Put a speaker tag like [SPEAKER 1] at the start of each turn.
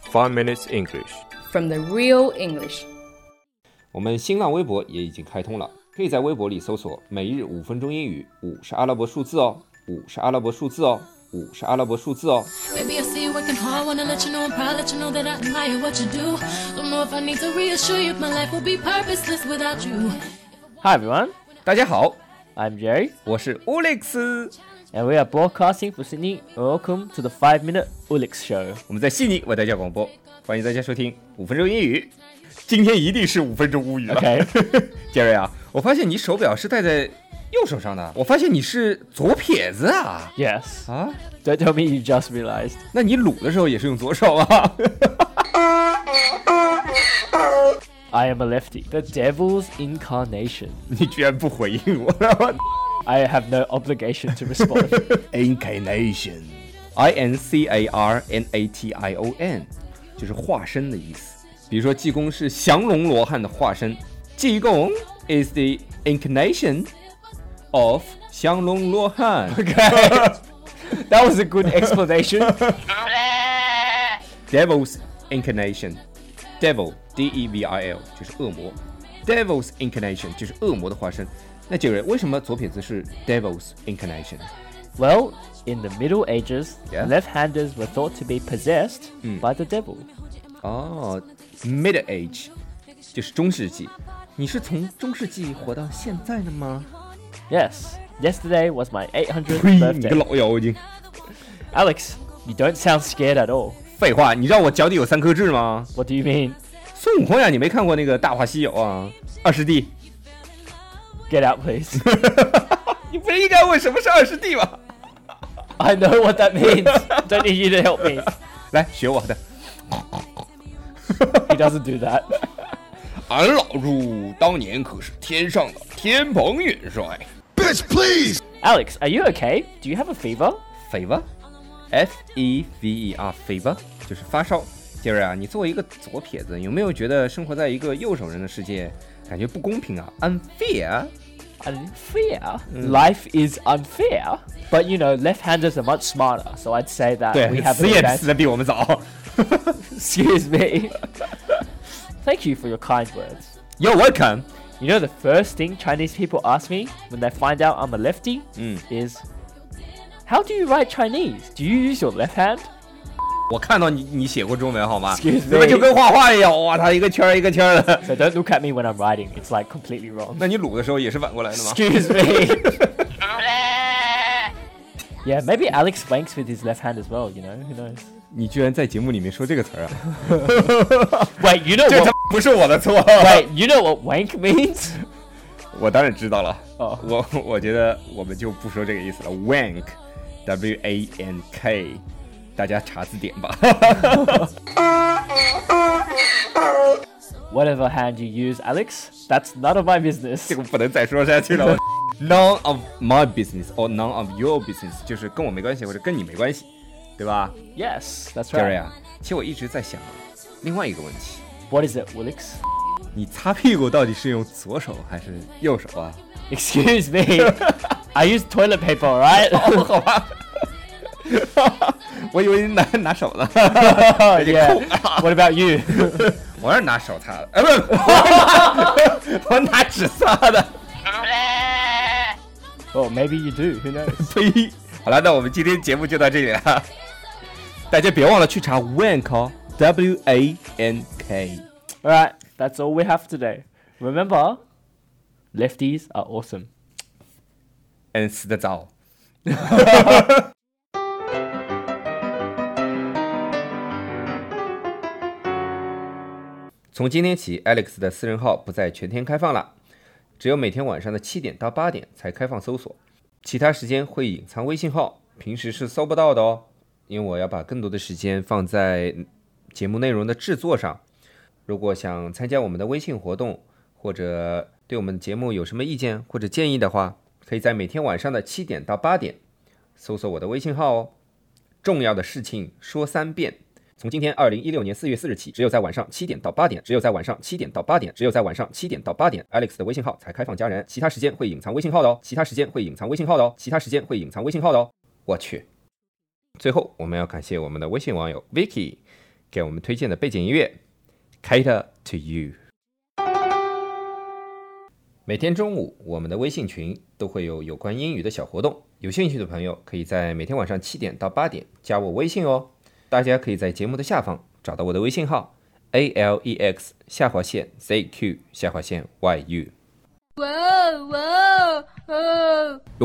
[SPEAKER 1] Five Minutes English。
[SPEAKER 2] from the real English.
[SPEAKER 3] 我们新浪微博也已经开通了，可以在微博里搜索“每日五分钟英语”，五是阿拉伯数字哦，五是阿拉伯数字哦，五是阿拉伯数字哦。
[SPEAKER 4] Baby, I see you working hard. Wanna let you know I'm proud. Let you know that I admire what you do. Don't know if I need to reassure you. My life would be purposeless without you.
[SPEAKER 5] Hi everyone,
[SPEAKER 3] 大家好，
[SPEAKER 5] I'm Jerry,
[SPEAKER 3] 我是 Alex，
[SPEAKER 5] and we are broadcasting from Sydney. Welcome to the 5 Minute Ulix Show.
[SPEAKER 3] 我们在悉尼为大家广播，欢迎大家收听五分钟英语。今天一定是五分钟无语了
[SPEAKER 5] OK，
[SPEAKER 3] 杰瑞啊，我发现你手表是戴在右手上的，我发现你是左撇子啊
[SPEAKER 5] yes.
[SPEAKER 3] 啊，
[SPEAKER 5] Don't tell me you just realized.
[SPEAKER 3] 那你撸的时候也是用左手啊？
[SPEAKER 5] I am a lefty. The devil's incarnation.
[SPEAKER 3] 你居然不回应我
[SPEAKER 5] I have no obligation to respond.
[SPEAKER 3] Incarnation。I N C A R N A T I O N，就是化身的意思。比如说，济公是降龙罗汉的化身，济公 is the incarnation of 降龙罗汉。
[SPEAKER 5] that was a good explanation.
[SPEAKER 3] Devil's incarnation。Devil D E V I L 就是恶魔，Devil's incarnation 就是恶魔的化身。那杰瑞，为什么左撇子是 Devil's incarnation？
[SPEAKER 5] well, in the Middle Ages,
[SPEAKER 3] Yeah.
[SPEAKER 5] left-handers were thought to be possessed by the devil.
[SPEAKER 3] 哦，Middle Age 就是中世纪。你是从中世纪活到现在的吗？
[SPEAKER 5] Yes. Yesterday was my
[SPEAKER 3] 呸！
[SPEAKER 5] 800th
[SPEAKER 3] 你个
[SPEAKER 5] birthday.
[SPEAKER 3] 老妖精！
[SPEAKER 5] Alex, you don't sound scared at all.
[SPEAKER 3] 废话，你知道我脚底有三颗痣吗？
[SPEAKER 5] What do you mean?
[SPEAKER 3] 孙悟空呀，你没看过那个《大话西游》啊？二师弟，
[SPEAKER 5] Get out, please.
[SPEAKER 3] 你不是应该问什么是二师弟吗？
[SPEAKER 5] I know what that means. Don't need you to help me.
[SPEAKER 3] 来学我的，
[SPEAKER 5] He doesn't do that.
[SPEAKER 3] 俺老猪当年可是天上的天蓬元帅。
[SPEAKER 6] Bitch, please!
[SPEAKER 5] Alex, are you okay? Do you have a fever?
[SPEAKER 3] fever，F E V E R fever 就是发烧。杰瑞啊，你作为一个左撇子，有没有觉得生活在一个右手人的世界感觉不公平啊？Unfair。
[SPEAKER 5] Unfair. Mm. Life is unfair. But you know, left-handers are much smarter, so I'd say that we
[SPEAKER 3] 对，
[SPEAKER 5] have
[SPEAKER 3] 死
[SPEAKER 5] an
[SPEAKER 3] 也
[SPEAKER 5] advantage.
[SPEAKER 3] 死的比我们早。
[SPEAKER 5] Excuse me. Thank you for your kind words.
[SPEAKER 3] You're welcome。
[SPEAKER 5] You know, the first thing Chinese people ask me when they find out I'm a lefty is, "How do you write Chinese? Do you use your left hand?"
[SPEAKER 3] 我看到你你写过中文好吗？
[SPEAKER 5] Excuse
[SPEAKER 3] 那么
[SPEAKER 5] me
[SPEAKER 3] 就跟画画一样，哇，它一个圈儿一个圈儿的。
[SPEAKER 5] So don't look at me when I'm writing. It's like completely wrong.
[SPEAKER 3] 那你撸的时候也是反过来的吗？
[SPEAKER 5] Excuse me. yeah, maybe Alex flanks with his left hand as well, you know? Who knows?
[SPEAKER 3] 你居然在节目里面说这个 词儿啊！
[SPEAKER 5] Wait, you know
[SPEAKER 3] 这他
[SPEAKER 5] what?
[SPEAKER 3] 妈不是我的 错。
[SPEAKER 5] Wait, you know what wank means?
[SPEAKER 3] 我当然知道了。
[SPEAKER 5] 哦
[SPEAKER 3] 我 我觉得我们就不说这个意思了。Wank，W A N K，大家查字典吧。
[SPEAKER 5] Whatever hand you use, Alex, that's none of my business.
[SPEAKER 3] 这个不能再说下去了。None of my business or none of your business，就是跟我没关系，或者跟你没关系，对吧
[SPEAKER 5] Yes, that's
[SPEAKER 3] ，Jerry
[SPEAKER 5] right.
[SPEAKER 3] 啊？其实我一直在想另外一个问题，
[SPEAKER 5] What is it, Willix?
[SPEAKER 3] 你擦屁股到底是用左手还是右手啊？
[SPEAKER 5] Excuse me. I use toilet paper, alright?
[SPEAKER 3] 好
[SPEAKER 5] Oh.
[SPEAKER 3] 吧， 我以为你拿拿手呢，
[SPEAKER 5] yeah. What about you?
[SPEAKER 3] 我是拿手擦的，哎，不是， 我拿 纸擦的。
[SPEAKER 5] Well, maybe you do. Who knows?
[SPEAKER 3] 呸！好了，那我们今天节目就到这里了，大家别忘了去查 wank 哦，W A N K。
[SPEAKER 5] Alright, that's all we have today. Remember, lefties are awesome.
[SPEAKER 3] 嗯，死得早。 从今天起，Alex 的私人号不再全天开放了，只有每天晚上的七点到八点才开放搜索，其他时间会隐藏微信号，平时是搜不到的哦。因为我要把更多的时间放在节目内容的制作上。如果想参加我们的微信活动，或者对我们节目有什么意见或者建议的话，可以在每天晚上的七点到八点搜索我的微信号哦。重要的事情说三遍。从今天二零一六年四月四日起，只有在晚上七点到八点，只有在晚上七点到八点，只有在晚上七点到八点，Alex 的微信号才开放加人，其他时间会隐藏微信号的哦，其他时间会隐藏微信号的哦，其他时间会隐藏微信号的哦。我去。最后，我们要感谢我们的微信网友 Vicky、给我们推荐的背景音乐《Cater to You》。每天中午，我们的微信群都会有有关英语的小活动，有兴趣的朋友可以在每天晚上七点到八点加我微信哦。大家可以在节目的下方找到我的微信号 a l e x 下划线 z q 下划线 y u。如